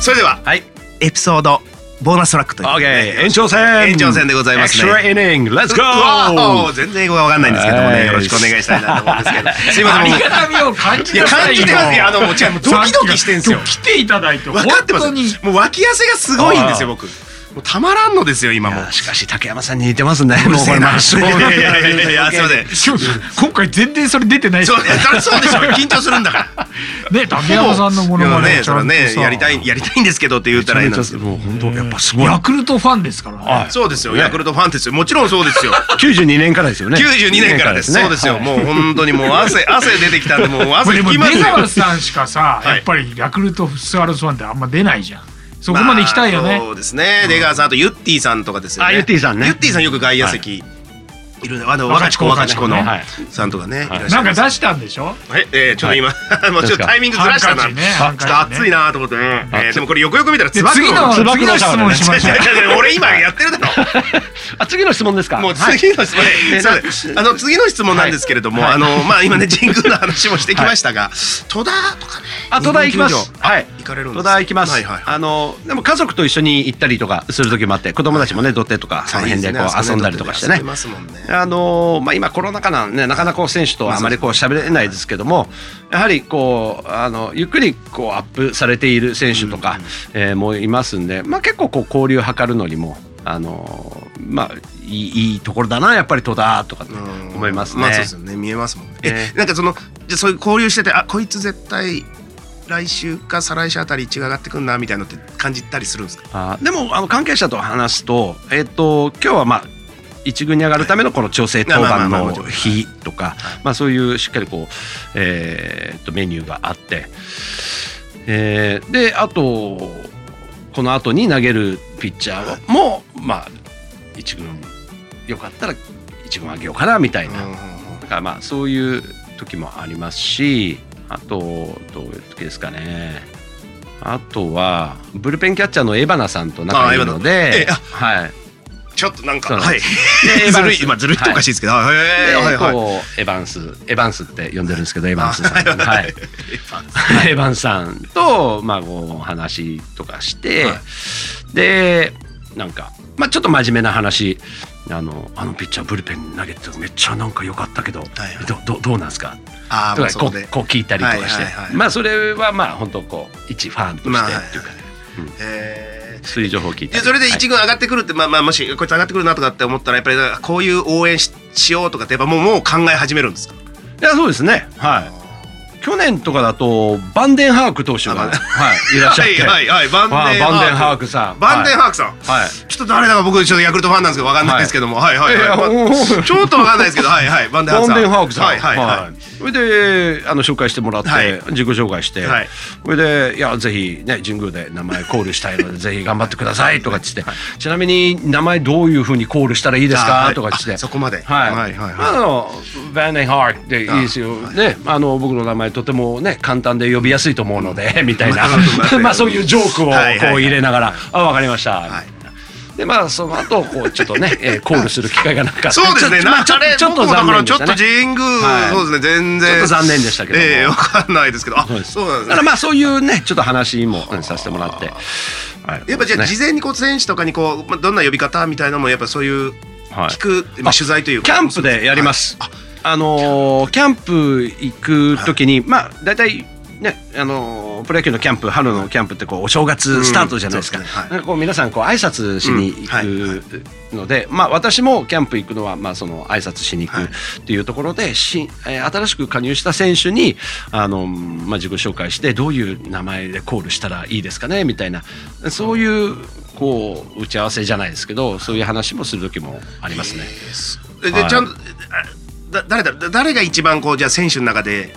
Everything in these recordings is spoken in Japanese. それでははい。エピソードボーナストラックというオことーケでー。延長戦。延長戦でございますねエクストライニング。レッツゴうわーー全然英語がわかんないんですけどもはねいよろしくお願いしたいなと思うんですけどすいませあんりもうがたみを感じいや感じてますよあのもう違うもうドキドキしてんすよさっきから来ていただいて分かってま本当にすもう脇汗がすごいんですよ僕もうたまらんのですよ今もうしかし竹山さんに似てますね。もうこせえれなまっすいぐやいやいやいやいやすいません今日今回全然それ出てないですそういやそりゃそうでしょ緊張するんだからね竹山さんのものまでねねそれねやりたいいやりたいんですけどって言ったらいいんですけどもう本当やっぱすごい。ヤクルトファンですからねはいそうですよねヤクルトファンですよもちろんそうですよ92年からですよね。 92年からですそうですよはいもう本当に もう汗汗出てきたんでもうこ汗れで拭もき出ますよ川さんしか さはいやっぱりヤクルトスワローズファンってあんま出ないじゃんそこまで行きたいよまあねそうですね出川さんあとユッティさんとかですよねあユッティさんねユッティさんよく外野席いるねあの若若智智子子若智子のはいさんとかねいはいらっしゃないんまかす出したんでしょはいえーちょっと今 もうちょっとタイミングずらしたなハちょンカチねハっンカチねと暑いなと思ってねえーでもこれよくよく見たらつでば九次のつば九郎次のさ質んはね問し ましょう俺今やってるだろ あ次の質問ですか。もう次の質問、すいませんあの次の質問なんですけれども、あのまあ今 ね神宮の話もしてきましたが、戸田とかねあ戸田行きます日本球。場はい。行かれるんです戸田行きます、はいはいはいあのでも家族と一緒に行ったりとかする時もあって子供たちもね土手とかその辺でこう遊んだりとかしてね遊びますもんねあのーまあ、今コロナ禍なんでねなかなかこう選手とあまりこう喋れないですけどもやはりこうあのゆっくりこうアップされている選手とか、えーもいますんで、まあ、結構こう交流を図るのにも、あのーまあ、いいいいところだなやっぱり戸田とかってうん思いますね。まあそうですよね見えますもんね。ええなんかそのじゃあそういう交流しててあこいつ絶対来週か再来週あたり一が上がってくんなみたいなのって感じたりするんですか。あーでもあの関係者と話すと,、えっと今日はまあ一軍に上がるためのこの調整当まあ番まあまあまのあまあ日とか、まあ、そういうしっかりこう、えーっとメニューがあって、えーであとこの後に投げるピッチャーも、まあ、一軍よかったら一軍上げようかなみたいなだからまあそういう時もありますしあとどういう時ですかねあとはブルペンキャッチャーのエバナさんと仲いいのあエで、バはい、ちょっとなんかそうなんはいで。ずるいまあずるいっておかしいですけど。はいでへーはいはい。こうエバンスエバンスって呼んでるんですけどエバンスさん、あはいはい、 エバンスさんと、まあ、こうお話とかして、はでなんか、まあ、ちょっと真面目な話あのあのピッチャーブルペン投げてめっちゃなんか良かったけど、いはいどどどうなんですかああとまあかそここうで。こう聞いたりとかして、はいはいはいまあそれはまあ本当こう一ファンとましあてはいっていうか、ねえーそういう情報を聞いてでそれで一軍上がってくるって、まあまあもしこいつ上がってくるなとかって思ったらやっぱりこういう応援ししようとかってやっぱもうもう考え始めるんですか。いやそうですねはい去年とかだとバンデンハーク投手あが、まあはい、いらっしゃっはいて、はいはいバンデンまあバンデンハハーーククさんバンデンハークさん。はい、はいちょっと誰だか僕ちょっとヤクルトファンなんですけどわかんないですけども、はい、はいはいいやまあおーちょっとわかんないですけど、はいはいバンデンハーバクンさん。デンハークさんはいはいはい。それであの紹介してもらって、はい自己紹介して、はいそれでいやぜひね神宮で名前コールした いのでぜひ頑張ってくださいとかっつって、ちなみに名前どういうふうにコールしたらいいですか、はいとかっつってあそこまでははいい、はいはいあのバンデンハークでいいですよ、ねあの僕の名前とてもね簡単で呼びやすいと思うのでみたいななるほどなるほど まあそういうジョークをこうはいはいはい入れながら、あわかりました、はいでまあその後こうちょっとね、えーコールする機会がなかったそうですね。ちょまなあんかね、ちょっと僕もだ残から念ちょでしったとね神宮はいそうですね全然ちょっと残念でしたけどもええわかんないですけど、あそうですそうなんですだかねら。まあそういうねちょっと話もうんさせてもらって、はいやっぱじゃあね事前にこう選手とかにこうまあどんな呼び方みたいなのもやっぱそういうはい聞くまああ取材というかキャンプでやります、あのーキャンプ行く時に、まあ大体ねあのープロ野球のキャンプ春のキャンプってこうお正月スタートじゃないですか、うんそうですねはいなんかこう皆さんこう挨拶しに行くので、まあ私もキャンプ行くのはまあその挨拶しに行くっていうところで、しえー新しく加入した選手にあのまあ自己紹介してどういう名前でコールしたらいいですかねみたいなそういうこう打ち合わせじゃないですけどそういう話もする時もありますね。ではいちゃんとあだ誰だだ誰が一番こうじゃあ選手の中で、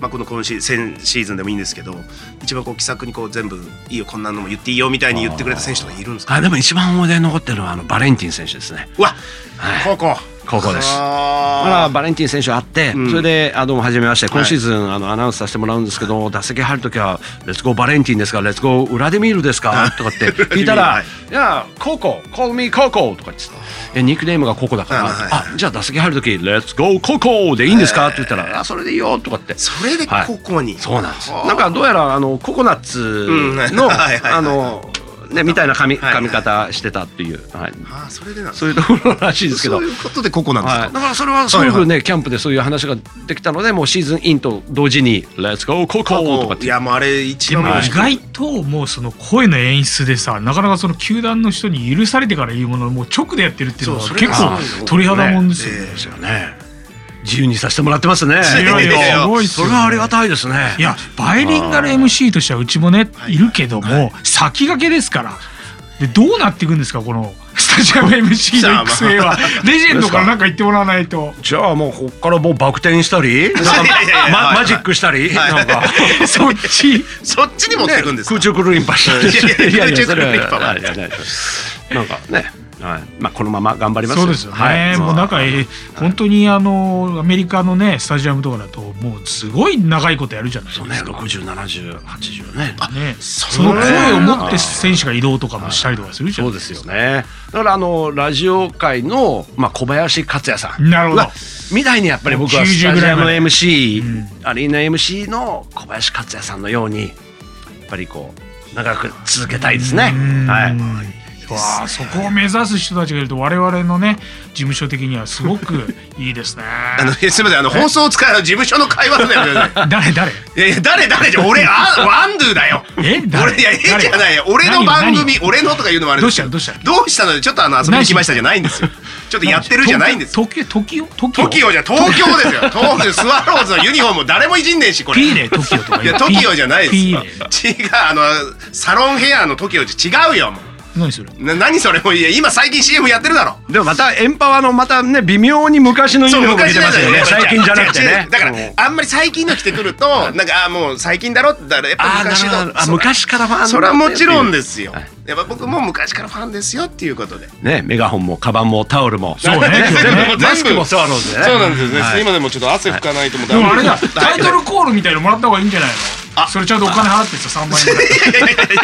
まあ、この今シー先シーズンでもいいんですけど一番こう気さくにこう全部いいよこんなのも言っていいよみたいに言ってくれた選手とかいるんですかあでも一番思い出に残ってるのはあのバレンティン選手ですね。うわ、はい高校高校です。だからあバレンティン選手会って、うんそれであどうも初めまして今シーズン、あのアナウンスさせてもらうんですけど打席入るときは「レッツゴーバレンティンですかレッツゴーウラディミールですか?」とかって聞いたら は「いい、やココ call me ココ」とか言ってえニックネームがココだからあ「あ,、はいじゃあ打席入るときレッツゴーココでいいんですか?」って言ったら「あそれでいいよ」とかってそれではいここに、そうなんですはあなんかどうやらあのココナッツうんはいの、はいはいはいあのねみたいな髪はいはい髪型してたっていう、はい、ああそれでなんですそういうところらしいですけどそういうことでここなんですか、はい、だからそれはすごくね、キャンプでそういう話ができたので、もうシーズンインと同時に、レッツゴーココとかっいて、やもうあれ一でも番は面い意白い外ともうその声の演出でさなかなかその球団の人に許されてから言うものをもう直でやってるっていうのはそうそ結れが構すごいよ鳥肌もんですよえね。ですよね。自由にさせてもらってますね。自由にねすごいっすそよれねはありがたいですね。いやバイリンガル MC としてはうちもねいるけども先駆けですからでどうなっていくんですかこのスタジ アム MC の育成はレジェンドからなんか言ってもらわな いとじゃあもうこっからもうバク転した り、なんいやいやいやかまはいマジックしたり、なんか。そっちそっちに持っていくんですか、空中クルリンパしたりいやいや空中クルリンパははいやいやいやなんかね、はい、まあこのまま頑張りますそうですよね、はいもうなんか、えー本当にあのアメリカのねスタジアムとかだともうすごい長いことやるじゃないですそうかね、六十、七十、八十ね。ね、そそれの声を持って選手が移動とかもしたりとかするじゃそんうですよね。だからあのラジオ界のまあ小林克也さん。なるほどはみたいにやっぱり僕はス90タぐジらいアムまので MC、うんアリーナ MC の小林克也さんのようにやっぱりこう長く続けたいですね。うんはい。わあそこを目指す人たちがいると我々のね事務所的にはすごくいいですねあのいやすみませんあの放送を使う事務所の会話のやめてくださ誰い誰いやいや誰誰じゃ俺あワンドゥだよえ誰俺いやええじゃないよ俺の番組俺のとか言うのもあれでどうすしけたのどうしたのどうしたのでちょっとあの遊びに来ましたじゃないんですよちょっとやってるじゃないんですよ時時を時を TOKIO じゃ東京ですよ東京スワローズのユニフォーム誰もいじんねえしこれ P で TOKIO とかいや言う TOKIO じゃないです P よで違うあのサロンヘアの TOKIO じゃ違うよも何するうな何それもういや今最近 CM やってるだろでもまたエンパワーのまたね微妙に昔のユニそうフォーム着昔てのまやつすよね。最近じゃなくて違う違ねう。だかうんらあんまり最近の着てくるとなんかあもう最近だろってだからやっぱあー昔なるほどあのそう昔からファンそれはもちろんでですよはいやっぱ僕も昔からファンですよっていうことでねメガホンもカバンもタオルもそうね全部全部全部マスクもスワローズでね。はい今でもちょっと汗拭かないともうでもあ れだタイトルコールみたいのもらった方がいいんじゃないのそれちゃんとお金払ってさ3万円 ぐらい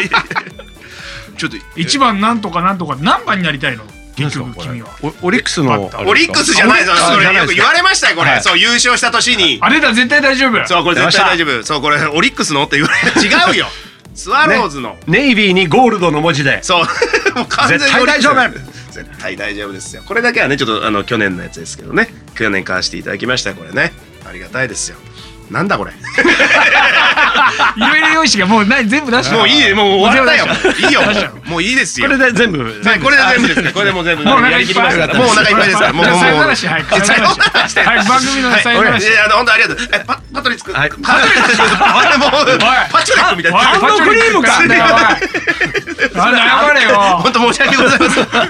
ちょっと1番なんとかなんとか何番になりたいの結局君はおオリックスのオリックスじゃないぞあそれじゃなよいでくす言われましたよこはれいそう優勝した年にあれだ絶対大丈夫そうこれ絶出ま対大し丈夫そうこれオリックスのって言われ違うよスワローズのネイビーにゴールドの文字で そうもう完全に絶対大丈夫オリックス絶対大丈夫ですよこれだけはねちょっとあの去年のやつですけどね去年買わせていただきましたこれねありがたいですよなんだこれいろいろ用意してもうない全部出したもういいもう終わったよもいいよ出しちゃうもういいですこよれで全部はいこれで全部ですねこれでもう全部もうお腹やいりっきりまぱいしたからもうお腹いっぱいですからもうもうさよもなうらし早くさよならし早く番組のさよならしいやいや本当ありがとうえパパトリック、はいパトリッ クあれもうパチュレックみたいなハンドクリームかあんた 謝れよ本当申し訳ございません。本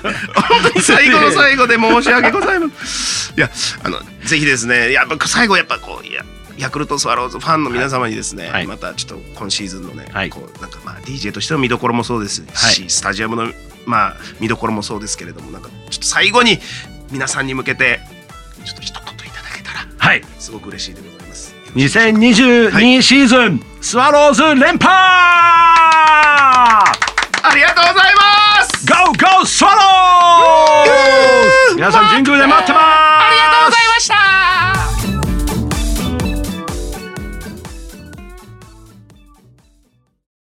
当に最後の最後で申し訳ございません。いや、あの、ぜひですね、やっぱ最後やっぱこう、いや。ヤクルトスワローズファンの皆様にですね、はいまたちょっと今シーズンのね、はいこうなんかまあ DJ としての見どころもそうですし、はいスタジアムのまあ見どころもそうですけれども、なんかちょっと最後に皆さんに向けてちょっと一言いただけたらはいすごく嬉しいでございます。 2022シーズン、スワローズ連覇ありがとうございます。 GO!GO! スワローズ皆さん神宮で待って